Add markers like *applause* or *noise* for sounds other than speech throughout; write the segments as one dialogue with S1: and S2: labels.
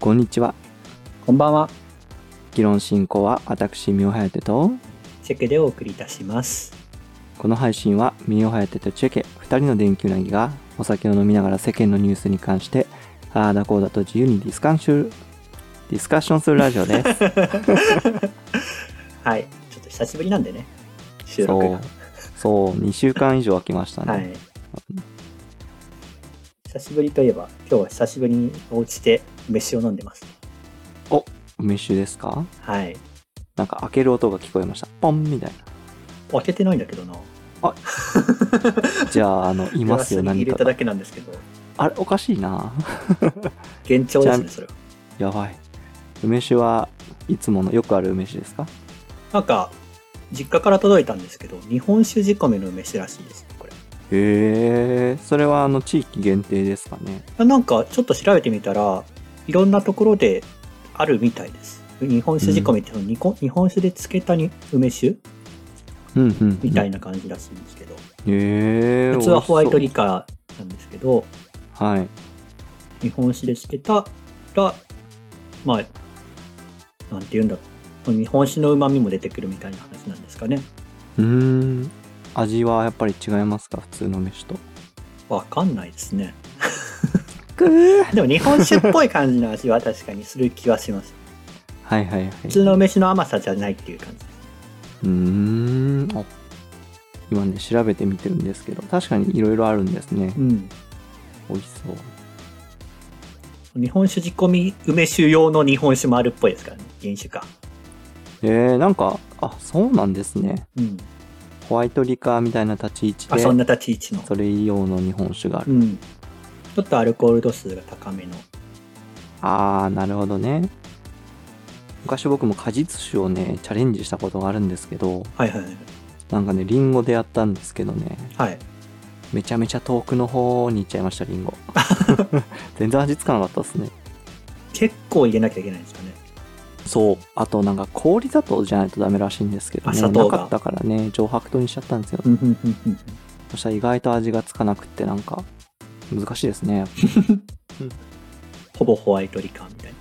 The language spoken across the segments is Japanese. S1: こんにちは。
S2: こんばんは、
S1: 議論進行は私、ミオハヤテと、
S2: チェクでお送りいたします。
S1: この配信はミオハヤテとチェケ、二人の電球なぎがお酒を飲みながら世間のニュースに関して、ああだこうだと自由にディスカンシュディスカッションするラジオです。
S2: はい、ちょっと久しぶりなんでね、 *laughs* 収
S1: そ
S2: 録
S1: う
S2: が。。
S1: そう、2週間以上空きましたね。
S2: はい。久しぶりといえば、今日は久しぶりにお家で飯を飲んでます。
S1: 梅酒ですか
S2: はい。
S1: なんか開ける音が聞こえました。ポンみたい
S2: 開けてないんだけどな。
S1: な。じゃあ、あの、います
S2: *laughs*
S1: よ、
S2: グラス
S1: 何
S2: に入れ
S1: か
S2: た
S1: が
S2: だ。けなんですけど、
S1: あれ、おかしいな。
S2: 幻聴ですね、
S1: じ
S2: それは。
S1: やばい。梅酒はいつものよくある梅酒ですか
S2: なんか、実家から届いたんですけど、日本酒仕込みの飯らしいです、これ。
S1: へえ、それはあの地域限定ですかね。
S2: あなんか、ちょっと調べてみたら、いろんなところであるみたいです。日本酒仕込みって、その日本日本酒で漬けたに梅酒
S1: うんうん。
S2: みたいな感じらしいんですけど、
S1: へえ。
S2: 普通はホワイト
S1: 美
S2: リ
S1: 味し
S2: カーなんですけど、
S1: そう。はい。
S2: 日本酒で漬けたら、まあ、なんて言うんだろう。日本酒の旨味も出てくるみたいな話なんですかね。
S1: うーん。味はやっぱり違いますか普通の飯と。
S2: わかんないですね。
S1: くー
S2: でも日本酒っぽい感じの味は確かにする気は
S1: *laughs*
S2: します。
S1: はいはいはい。
S2: 普通の梅酒の甘さじゃないっていう感じです。
S1: うーん。あ今ね、調べてみてるんですけど、確かにいろいろあるんですね
S2: う。ん。
S1: 美味しそう。
S2: 日本酒仕込み梅酒用の日本酒もあるっぽいですからね。原酒か。
S1: えー、なんか、あ、そうなんですね。
S2: うん。
S1: ホワイトリカーみたいな立ち位置
S2: あ、そん
S1: で、
S2: な立ち位置の。
S1: それ用の日本酒があ
S2: う
S1: る。
S2: ん。ちょっとアルコール度数が高めの。
S1: あー、なるほどね。昔僕も果実酒をね、チャレンジしたことがあるんですけど、
S2: はいはいはい。
S1: なんかね、リンゴでやったんですけどね、
S2: はい。
S1: めちゃめちゃ遠くの方に行っちゃいました、リ *laughs* ンゴ。全然味つかなかったですね。
S2: 結構入れなきゃいけないんですかね。
S1: そう。あとなんか氷砂糖じゃないとダメらしいんですけど
S2: あ
S1: ね、
S2: 砂糖
S1: な
S2: が
S1: かったからね、上白糖にしちゃったんですよ。
S2: うんうんうんうんうん
S1: そしたら意外と味がつかなくって、なんか、難しいですね。
S2: ほぼホワイトリカーみたいな。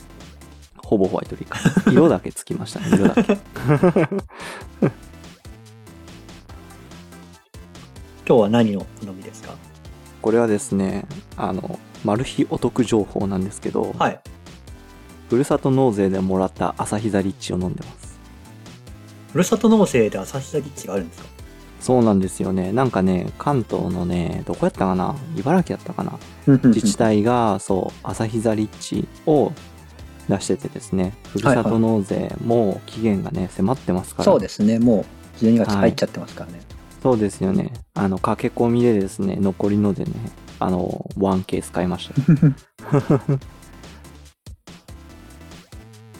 S1: ほぼホワイトリカー。 *laughs* 色だけつきましたね、色だけ。
S2: 今日は何をお飲みですか
S1: これはですね、あの、マル秘お得情報なんですけど、
S2: はい。
S1: ふるさと納税でもらった朝日座リッチを飲んでます。
S2: ふるさと納税で朝日座立地があるんですか
S1: そうなんですよね。なんかね、関東のね、どこやったかな茨城やったかな自治。体が、そう、朝日座立地を出しててですね、ふるさと納税も期限がね、迫ってますから、
S2: そうですね。もう12月
S1: はい
S2: 入っちゃってますからね。
S1: そうですよね。あの、駆け込みでですね、残りのでね、あの、ワンケース買いましたよ。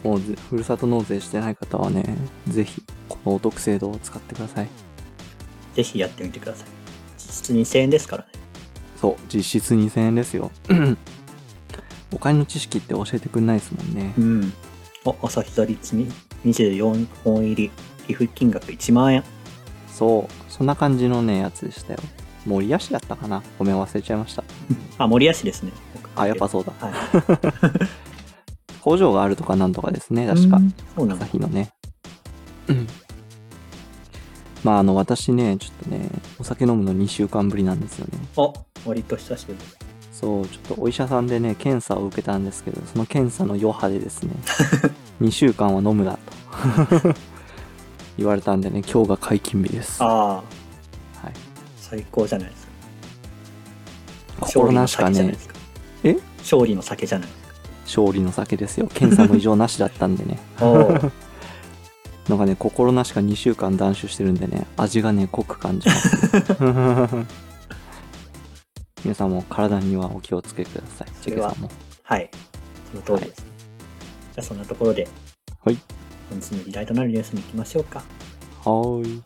S1: もうぜ、ふるさと納税してない方はね、ぜひ、このお得制度を使ってください。
S2: ぜひやってみてください。実質2000円ですからね。
S1: そう、実質2000円ですよ。 *clears throat* お金の知識って教えてくんないですもんね。
S2: うん。お、朝日座立地に24本入り。寄付金額1万円。
S1: そう、そんな感じのね、やつでしたよ。森屋市だったかなごめん、忘れちゃいました。
S2: あ、森谷市ですね。僕
S1: あ、やっぱそうだ。
S2: はい。
S1: 工場があるとかなんとかですね、確か
S2: う。ん。そうなん
S1: 朝
S2: だ。
S1: 日のね。うんまあ、あの、私ね、ちょっとね、お酒飲むの2週間ぶりなんですよね。
S2: お、割と久しぶりです。
S1: そう、ちょっとお医者さんでね、検査を受けたんですけど、その検査の余波で *laughs* ですね、2週間は飲むなと *laughs* 言われたんでね、今日が解禁日です。はい、
S2: ああ、最高じゃないですか。
S1: 心なしかね、え
S2: 勝利の酒
S1: *laughs*
S2: じゃないですか。
S1: 勝利の酒ですよ。検査も異常なしだったんでね。
S2: 勝利の酒じゃないですか。
S1: なんかね、心なしか2週間断酒してるんでね、味がね、濃く感じます、
S2: *laughs*
S1: ね。皆さんも体にはお気をつけください。
S2: そ
S1: チェ
S2: れ
S1: ケさ
S2: は
S1: んも。
S2: おーはい。その通りです。じゃあそんなところで、
S1: はい。
S2: 本日の議題となるニュースに行きましょうか。
S1: はーい。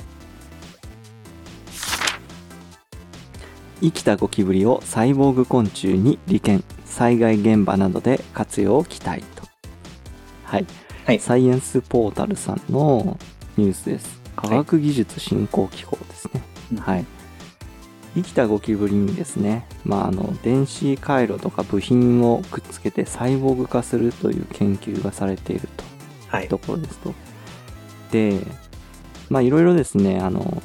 S1: 生きたゴキブリをサイボーグ昆虫に利権、災害現場などで活用を期待と。はい。
S2: はい
S1: サイエンスポータルさんのニュースです。科学技術振興機構ですね。はい。生きたゴキブリにですね、まあ、あの電子回路とか部品をくっつけてサイボーグ化するという研究がされていると。
S2: はいいう
S1: ところですと。で、まあいろいろですね、あの、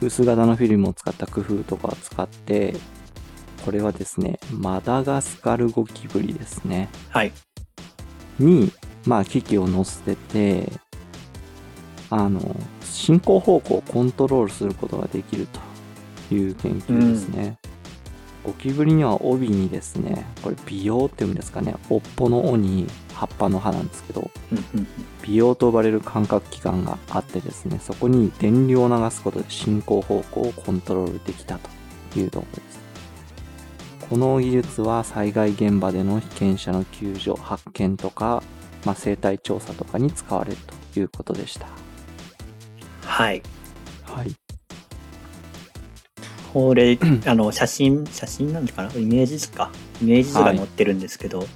S1: 薄型のフィルムを使った工夫とかを使って、これはですね、マダガスカルゴキブリですね。
S2: はい。
S1: に、まあ、機器を乗せてて、あの、進行方向をコントロールすることができるという研究ですね。ゴキブリには帯にですね、これ、美容っていうんですかね、尾っぽの尾に葉っぱの葉なんですけど、
S2: うんうん
S1: 美容と呼ばれる感覚器官があってですね、そこに電流を流すことで進行方向をコントロールできたというところです。この技術は災害現場での被験者の救助、発見とか、まあ、生態調査とかに使われるということでした。
S2: はい。
S1: はい。*clears throat*
S2: これ、あの、写真、写真なんかなイメージ図か。イメージ図が載ってるんですけど、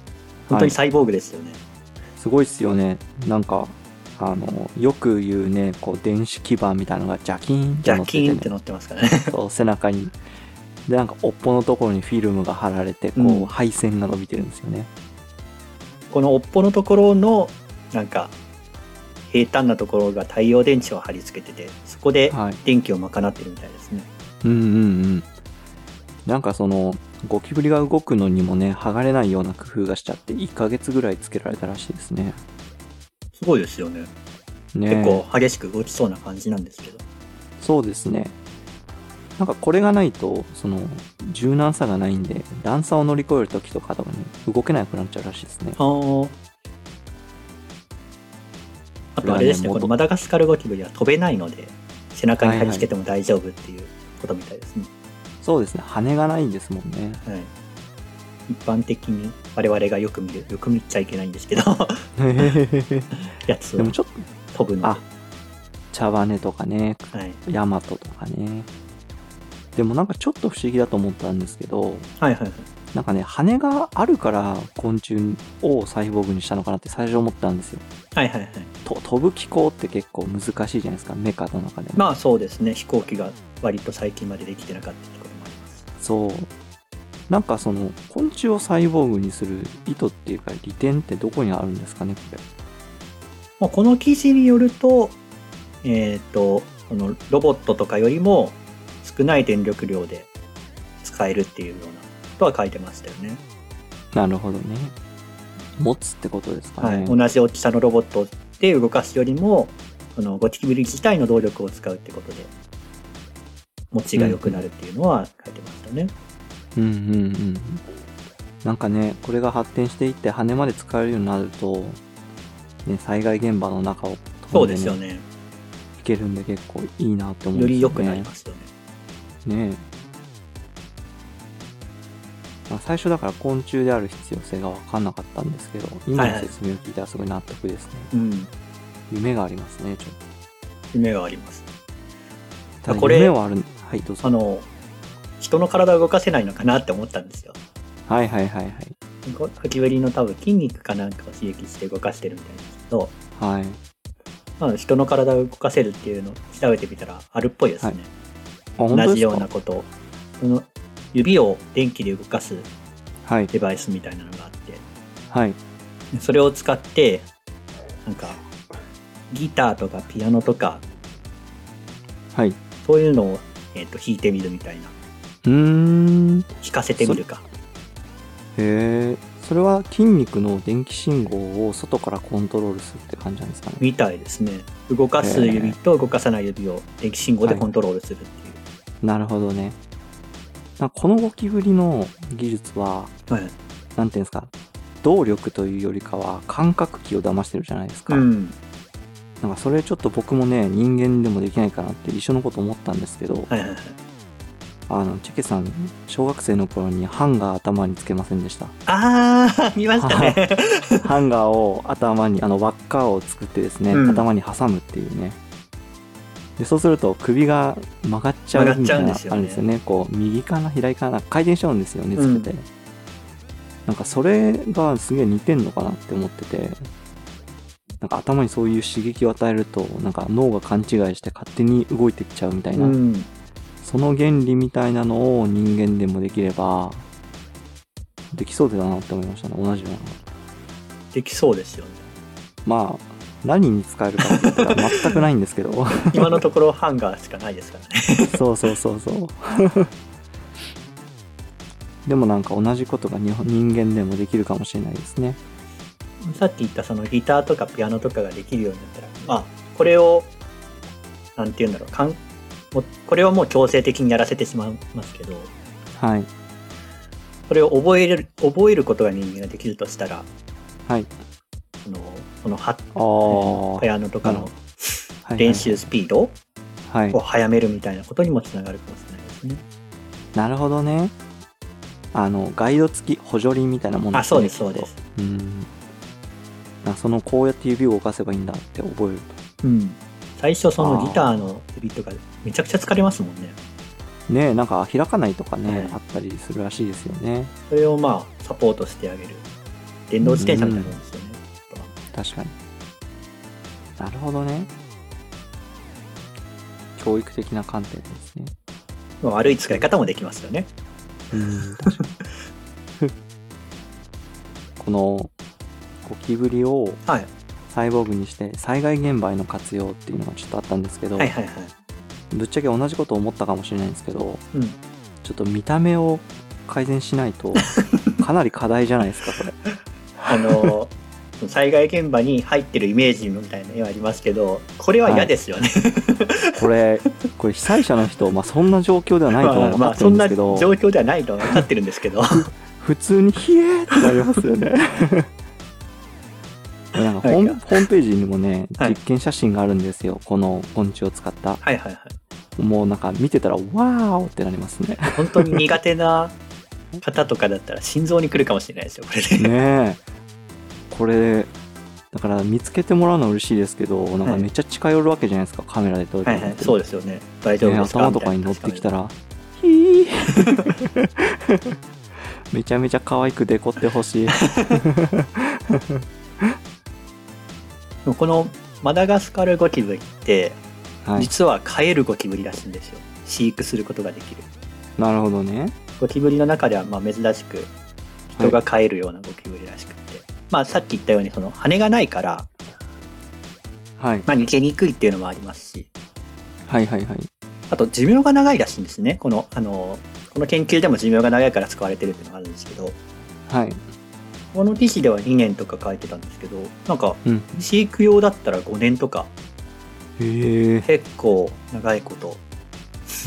S2: 本当にサイボーグですよね。
S1: すごいっすよね。なんか、あの、よく言うね、こう、電子基板みたいなのがジャキーンって
S2: ジ
S1: 乗
S2: ャ
S1: って
S2: キ
S1: て、ね、
S2: ーンって載ってますからね。 *laughs*
S1: そう背中に。で、なんか、尾っぽのところにフィルムが貼られて、こう、
S2: うん
S1: 配線が伸びてるんですよね。
S2: この尾っぽのところの、なんか、平坦なところが太陽電池を貼り付けてて、そこで
S1: はい。
S2: 電気を賄ってるみたいですね。
S1: うんうんうん。なんかその、ゴキブリが動くのにもね、剥がれないような工夫がしちゃって、1ヶ月ぐらいつけられたらしいですね。
S2: すごいですよね。
S1: ね
S2: 結構激しく動きそうな感じなんですけど。
S1: そうですね。なんかこれがないと、その、柔軟さがないんで、段差を乗り越える時とかとかに動けなくなっちゃうらしいですね。
S2: ああ。あとあれですね、
S1: これはね
S2: このマダガスカルゴキブリは飛べないので、背中に貼り付けても大丈夫っていうことみたいですね。
S1: そうですね。羽がないんですもん
S2: *laughs*
S1: ね。
S2: はい一般的に我々がよく見る、よく見ちゃいけないんですけど、 *laughs* やつ
S1: で
S2: は
S1: もちょっと、
S2: 飛ぶの
S1: あ茶羽とかね、
S2: で。はい、
S1: ヤマトとかね。でもなんかちょっと不思議だと思ったんですけど、
S2: はいはいはい。
S1: なんかね、羽があるから昆虫をサイボーグにしたのかなって最初思ったんですよ。
S2: はいはいはい。
S1: と飛ぶ機構って結構難しいじゃないですか、メカの中でも。
S2: まあそうですね、飛行機が割と最近までできてなかったところもあります。
S1: そう。なんかその昆虫をサイボーグにする意図っていうか利点ってどこにあるんですかね、これ。
S2: まあ、この記事によると、えっ、と、このロボットとかよりも少ない電力量で使えるっていうようなことは書いてましたよね。
S1: なるほどね。持つってことですか
S2: はい。
S1: ね。
S2: 同じ大きさのロボットで動かすよりも、このゴキブリ自体の動力を使うってことで、持ちが良くなるっていうのは書いてましたね。
S1: うんうんうん。なんかね、これが発展していって羽まで使えるようになると、ね、災害現場の中を
S2: そ
S1: 飛
S2: う
S1: で,、ね、
S2: んです
S1: 行
S2: よね。
S1: けるんで結構いいなって思うんですよね。
S2: より良くなりますよね。
S1: ねえあ最初だから昆虫である必要性が分かんなかったんですけど今
S2: はい
S1: の
S2: はい
S1: 説明を聞いたらすごい納得ですね、
S2: うん。
S1: 夢がありますねちょっ
S2: 夢があります。
S1: とただ
S2: これ
S1: 夢はあるはいどう
S2: あ
S1: ぞ
S2: の、人の体を動かせないのかなって思ったんですよ。
S1: はいはいはいはい
S2: ゴキブリの多分筋肉かなんかを刺激して動かしてるみたいなんですけど、
S1: はい
S2: まあ、人の体を動かせるっていうのを調べてみたらあるっぽいですね、
S1: あ本当
S2: 同
S1: で
S2: じ
S1: す
S2: ような
S1: か
S2: ことをその指を電気で動かす
S1: はい
S2: デバイスみたいなのがあって
S1: はい
S2: それを使ってなんかギターとかピアノとか
S1: はい
S2: そういうのを、えー、と弾いてみるみたいな
S1: うーんへ
S2: 弾かせてみるか
S1: えそれは筋肉の電気信号を外からコントロールするって感じなんですかね
S2: みたいですね動かす指と動かさない指を電気信号でコントロールするっていう、
S1: なるほどねなんかこのゴキブリの技術は
S2: はい
S1: なんていうんですか、動力というよりかは感覚器を騙してるじゃないですか。
S2: うん
S1: なんかそれちょっと僕もね、人間でもできないかなって一緒のこと思ったんですけど、
S2: はいはいはい
S1: あの、チェケさん、小学生の頃にハンガー頭につけませんでした。
S2: ああ見ましたね
S1: ハンガーを頭に、あの、輪っかを作ってですね、
S2: うん
S1: 頭に挟むっていうね。でそうすると首が曲がっちゃう
S2: 曲がっ
S1: み
S2: ちゃ
S1: た
S2: う
S1: い
S2: ん
S1: な、
S2: ですよ
S1: あ
S2: ね
S1: るんですよね。こう、右かな左かな、回転しちゃうんですよね、つけて。
S2: うん
S1: なんかそれがすげえ似てんのかなって思ってて、なんか頭にそういう刺激を与えると、なんか脳が勘違いして勝手に動いてっちゃうみたいな、
S2: うん
S1: その原理みたいなのを人間でもできればできそうだなって思いましたね同じような
S2: できそうですよね。
S1: まあ何に使えるかって言ったら全くないんですけ
S2: *laughs*
S1: ど
S2: 今のところハンガーしかないですからね。 *laughs*
S1: そうそうそうそう *laughs* でもなんか同じことが日本人間でもできるかもしれないですね
S2: さっき言ったそのギターとかピアノとかができるようになったら、まあ、これを、なんて言うんだろう、かんもうこれをもう強制的にやらせてしまいますけど、
S1: はい
S2: これを覚えれる、覚えることが人間ができるとしたら、
S1: はい
S2: その、このは、
S1: あー
S2: ピアノとかの
S1: はい
S2: 練習スピード
S1: はい、
S2: を
S1: は
S2: 早めるみたいなことにもつながるかもしれないですね。
S1: い、なるほどねあのガイド付き補助輪みたいなもん
S2: あ、そうです、
S1: ね
S2: そうです。
S1: うんあそのこうやって指を動かせばいいんだって覚える
S2: うん。最初そのギターの指とかめちゃくちゃ疲れますもんね。
S1: とねなんか開かないとかね、
S2: はい
S1: あったりするらしいですよね
S2: それをまあサポートしてあげる電動自転車みたいなもんですよね。
S1: 確かになるほどね教育的な観点ですね
S2: まあ悪い使い方もできますよね。
S1: うん確かに *laughs* このゴキブリを
S2: はい。
S1: サイボーグにして災害現場への活用っていうのがちょっとあったんですけど、
S2: はいはいはい。
S1: ぶっちゃけ同じこと思ったかもしれないんですけど
S2: うん。
S1: ちょっと見た目を改善しない
S2: *laughs*
S1: とかなり課題じゃないですかこれ
S2: あの *laughs* ー災害現場に入ってるイメージみたいな絵はありますけど、これは嫌ですよね。
S1: これこれ被災者の人、まあ、そんな状況ではないとは分
S2: *laughs* ま
S1: かっ
S2: あ
S1: てる
S2: そ
S1: ん
S2: ん
S1: で
S2: な
S1: すけど、
S2: 状況ではないとは分かってるんですけど、
S1: 普通に「ひえ!」ってなりますよ
S2: *laughs*
S1: ねなんかホーム
S2: はい
S1: ホームページにもね
S2: はい
S1: 実験写真があるんですよ、この昆虫を使った
S2: はいはいは
S1: もうなんか見てたら「わーお!」ってなりますね
S2: い。本当に苦手な方とかだったら心臓に来るかもしれないですよ、これで。
S1: ねえ *laughs* これだから見つけてもらうのは嬉しいですけどなんかめっちゃ近寄るわけじゃないですか、カメラで撮ると
S2: *laughs* はいはい、そうですよね。大丈夫
S1: ね
S2: ですか
S1: 頭
S2: み
S1: と
S2: た
S1: か
S2: い
S1: に
S2: な
S1: 乗ってきたら「ひー
S2: *laughs*
S1: めちゃめちゃ可愛くデコってほしい
S2: でもこのマダガスカルゴキブリって、 *laughs*
S1: はい
S2: 実は飼えるゴキブリらしいんですよ飼育することができる
S1: なるほどね
S2: ゴキブリの中ではまあ珍しく人が飼えるようなゴキブリらしくって、まあさっき言ったようにその羽がないから、
S1: はい
S2: まあ、逃げにくいっていうのもありますし
S1: はいはいはい
S2: あと寿命が長いらしいんですねこのあのこの研究でも寿命が長いから使われてるっていうのがあるんですけど
S1: はい
S2: この記事では2年とか書いてたんですけどなんか
S1: うん
S2: 飼育用だったら5年とか
S1: へえ
S2: 結構長いこと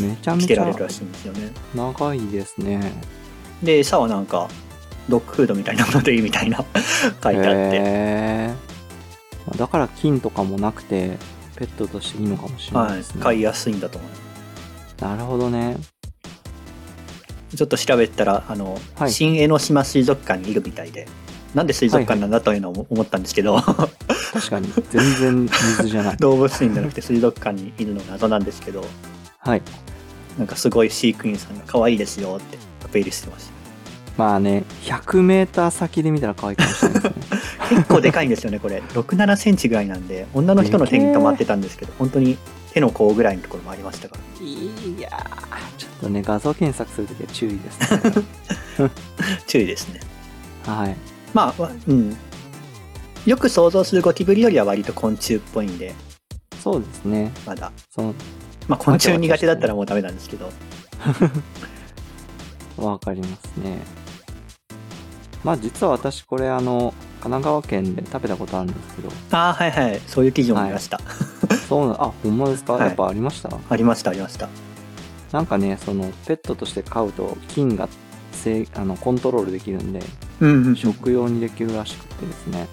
S1: めちゃめ
S2: 来て
S1: ち
S2: られ
S1: ゃ
S2: るらしいんですよね
S1: 長いですね。
S2: で餌はなんかドッグフードみたいなものでいいみたいな *laughs* 書いてあって、
S1: へーだから金とかもなくてペットとしていいのかもしれない
S2: は
S1: です
S2: い、
S1: ね。
S2: 飼いやすいんだと思いま
S1: なるほどね。
S2: すちょっと調べたらあの、
S1: はい
S2: 新江ノ島水族館にいるみたいでなんで水族館なんだというのを思ったんですけど、。
S1: 確かに全然水じゃない *laughs*
S2: 動物園じゃなくて水族館にいるのが謎なんですけど
S1: はい。
S2: なんかすごい飼育員さんが可愛いですよってアピールしてまし
S1: まあね、100メーター先で見たら可愛いかもし
S2: *laughs*
S1: れないですね。
S2: た結構でかいんですよね
S1: *laughs*
S2: これ6 7センチぐらいなんで女の人の手に止まってたんですけど本当に手の甲ぐらいのところもありましたから
S1: いやー、ちょっとね、画像検索するときは注意ですね。
S2: *laughs* 注意ですね
S1: はい。
S2: まあ、わうん。よく想像するゴキブリよりは割と昆虫っぽいんで、
S1: そうですね。
S2: まだ。
S1: その、
S2: まあ昆虫苦手だったらもうダメなんですけど。
S1: わかりますね。まあ実は私これあの、神奈川県で食べたことあるんですけど、
S2: ああ、はいはい。そういう記事も見ました。
S1: そうな、あ、ほんまですか、
S2: はい
S1: やっぱありました
S2: ありました、ありました。
S1: なんかね、その、ペットとして飼うと、菌がせいあのコントロールできるんで、
S2: うん、うん。
S1: 食用にできるらしくてですね、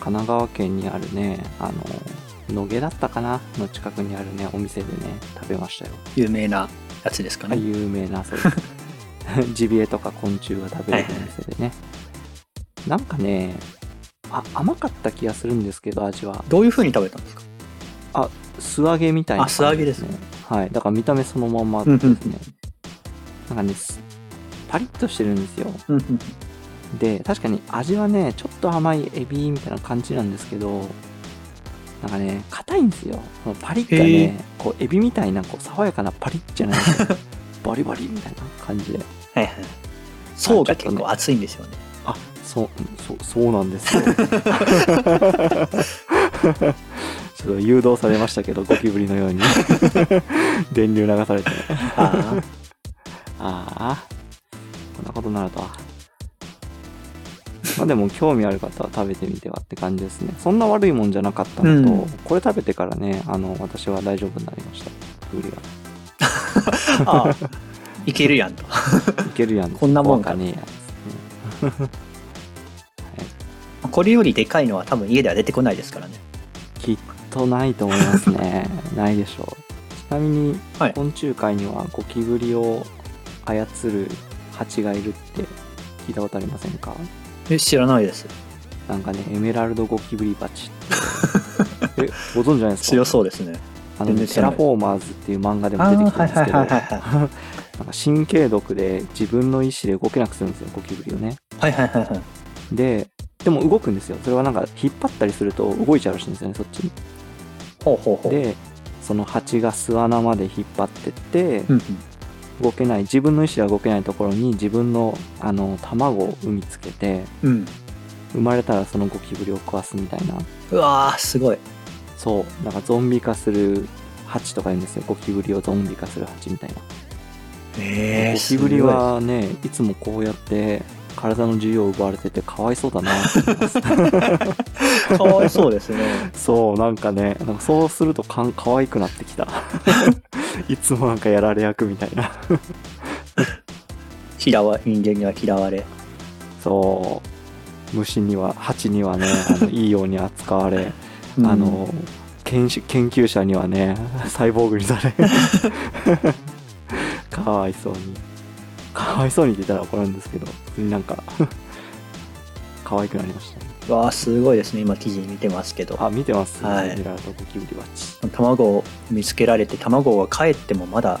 S1: 神奈川県にあるね、あの、野毛だったかなの近くにあるね、お店でね、食べましたよ。
S2: 有名なやつですかね。
S1: 有名な、そう *laughs* です。ジビエとか昆虫が食べれるお店でね。なんかね、あ、甘かった気がするんですけど、味は。
S2: どういう風に食べたんですか
S1: 素揚げみたいな感じ、
S2: あ素揚げですね
S1: はいだから見た目そのまんまですね、なんかねすパリッとしてるんですよ
S2: うん、うん。
S1: で確かに味はねちょっと甘いエビみたいな感じなんですけどなんかね硬いんですよこのパリッがね、
S2: へ
S1: こうエビみたいなこう爽やかなパリッじゃないん
S2: *laughs*
S1: ですよバリバリみたいな感じで
S2: はいはい層
S1: ちょ
S2: が
S1: っと
S2: 結
S1: ね
S2: 構厚いんですよね
S1: あそうそうそうなんです
S2: *laughs*
S1: よ *laughs* ちょっと誘導されましたけどゴキブリのように *laughs* 電流流されて
S2: あ
S1: ああこんなことになるとはまあでも興味ある方は食べてみてはって感じですねそんな悪いもんじゃなかったのと、
S2: うん
S1: これ食べてからねあの私は大丈夫になりましたゴキブリが
S2: ーあーいけるやんと
S1: いけるやん
S2: こんなもんか
S1: 怖ねえや
S2: これよりでかいのは多分家では出てこないですからね
S1: きっとないと思いますね *laughs* ないでしょうちなみに、
S2: はい
S1: 昆虫界にはゴキブリを操る蜂がいるって聞いたことありませんか
S2: え知らないです
S1: なんかねエメラルドゴキブリ蜂って
S2: *laughs*
S1: えご存知ないですか
S2: 強そうですね
S1: あのね
S2: 全然知
S1: テ
S2: らな
S1: ラ
S2: い
S1: フォーマーズっていう漫画でも出てきてるんですけど
S2: あーは
S1: ないん
S2: はいはいは
S1: か神経毒で自分の意思で動けなくするんですよゴキブリをね
S2: はいはいはいはい
S1: ででも動くんですよそれはなんか引っ張ったりすると動いちゃうらしいんですよねそっちに
S2: ほうほうほう
S1: でその蜂が巣穴まで引っ張ってって
S2: うんうん
S1: 動けない自分の意思では動けないところに自分のあの卵を産みつけて
S2: うん
S1: 生まれたらそのゴキブリを食わすみたいな
S2: うわーすごい
S1: そうなんかゾンビ化する蜂とか言うんですよゴキブリをゾンビ化する蜂みたいな
S2: えー、
S1: ゴキブリはねいつもこうやって体の自由を奪われててかわいそうだ *laughs* なって思います
S2: すごいかわいそうです *laughs* ね
S1: そうなんかねなんかそうするとかん可愛くなってき *laughs* たいつもなんかやられ役みたいな
S2: 嫌わ人間には嫌われ
S1: そう虫には蜂にはねあ *laughs* のいいように扱われ、
S2: うん
S1: あの研修研究者にはねサイボーグにさ *laughs* れかわいそうにかわいそうにって言ったら怒るんですけど普通になんか *laughs* 可愛くなりましたね
S2: うわーすごいですね今記事見てますけど
S1: あ見てます、
S2: はい
S1: エメラルドゴキブリバチ
S2: 卵を見つけられて卵が帰ってもまだゴ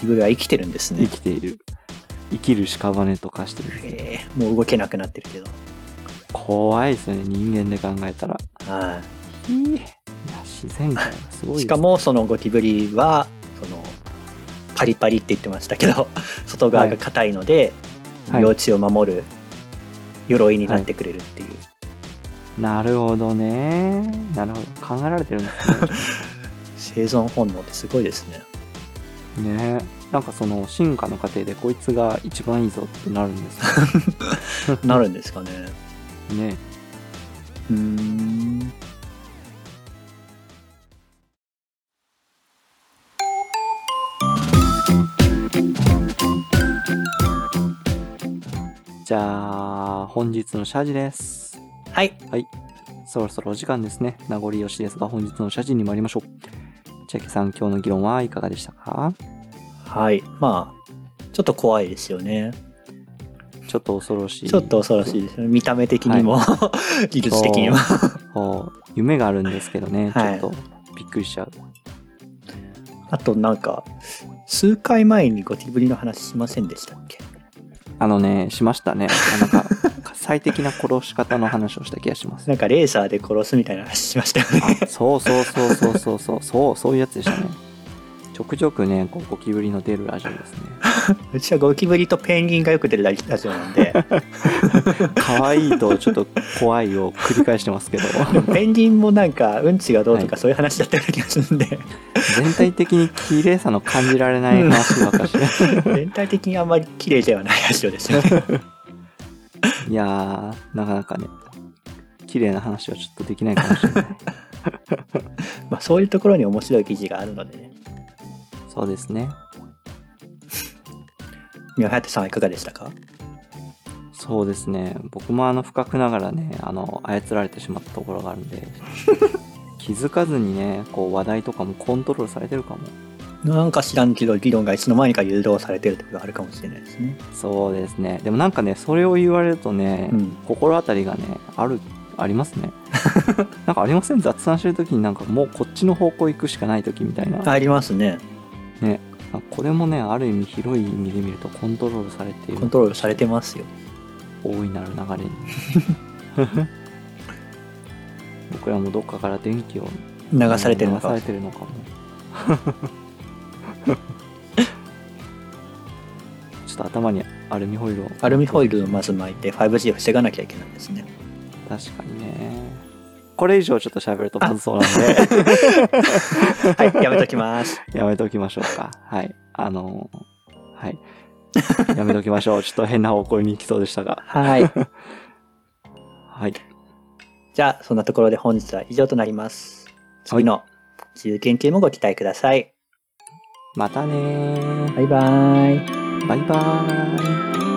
S2: キブリは生きてるんです
S1: 生
S2: ね
S1: きている生きる屍と化してるんですね
S2: えーもう動けなくなってるけど
S1: 怖いですよね人間で考えたら
S2: はい
S1: いいや自然界がすごい
S2: い
S1: です
S2: しかもそのゴキブリはそのパリパリって言ってましたけど外側が硬いので、
S1: はい
S2: 幼虫を守る鎧になってくれるっていう、
S1: なるほどねなるほど考えられてるんですね
S2: 生存本能ってすごいですね *laughs*
S1: ねなんかその進化の過程でこいつが一番いいぞってなるんです
S2: なるんですかね
S1: よね
S2: うーん
S1: じゃあ本日の謝辞です
S2: はい
S1: そろそろお時間ですね名残惜しいですが本日の謝辞に参りましょう千秋さん今日の議論はいかがでしたか
S2: はいまあちょっと怖いですよね
S1: ちょっと恐ろしい
S2: ちょっと恐ろしいですよね見た目的にも、 *laughs* 技術的にも
S1: こう夢があるんですけどね、
S2: はい
S1: ちょっとびっくりしちゃう
S2: あとなんか数回前にゴキブリの話しませんでしたっけ
S1: あのねしましたねなんか最適な殺し方の話をした気がします
S2: なんかレーサーで殺すみたいな話しましたよね
S1: あそうそうそうそうそうそうそうそういうやつでしたねちょくちょくねこうゴキブリの出るラジオですね
S2: うちはゴキブリとペンギンがよく出るラジオなん *laughs* で
S1: 可愛いとちょっと怖いを繰り返してますけど
S2: ペンギンもなんかうんちがどうと
S1: は
S2: かそういう話だったような気がするん *laughs* で
S1: 全体的に綺麗さの感じられない話ばっかし、
S2: 全体的にあんまり綺麗ではないラジオですよ *laughs* ね
S1: いやーなかなかね綺麗な話はちょっとできないかもしれない
S2: まあそういうところに面白い記事があるのでね
S1: そうですね
S2: 宮舘さんはいかがでしたか
S1: そうですね僕もあの不覚ながらねあの操られてしまったところがあるん
S2: *laughs*
S1: で気づかずにねこう話題とかもコントロールされてるかも
S2: なんか知らんけど議論がいつの間にか誘導されてるところがあるかもしれないですね
S1: そうですねでもなんかねそれを言われるとね、
S2: うん
S1: 心当たりがねあるあります
S2: *laughs*
S1: ねなんかありません雑談してる時になんかもうこっちの方向行くしかない時みたいな、
S2: ありますね
S1: なんかこれもねある意味広い意味で見るとコントロールされてい
S2: コン
S1: る
S2: トロールされてますよ *laughs*
S1: 大いなる流れに僕僕らもどっかから電気を
S2: 流されてるの
S1: 流
S2: か
S1: されてるのかも *laughs* ちょっと頭にアルミホイルを
S2: アルミホイルをまず巻いて 5G を防がなきゃいけないですね
S1: 確かにねこれ以上ちょっと喋るとまずそうなん
S2: *laughs*
S1: で
S2: はいやめときます
S1: やめておきましょうかはいあのはいやめておきましょうちょっと変な方向に行きそうでしたが
S2: はい
S1: はい
S2: じゃあそんなところで本日は以上となります次の自由研究もご期待ください
S1: またねー
S2: バイバーイ
S1: バイバーイ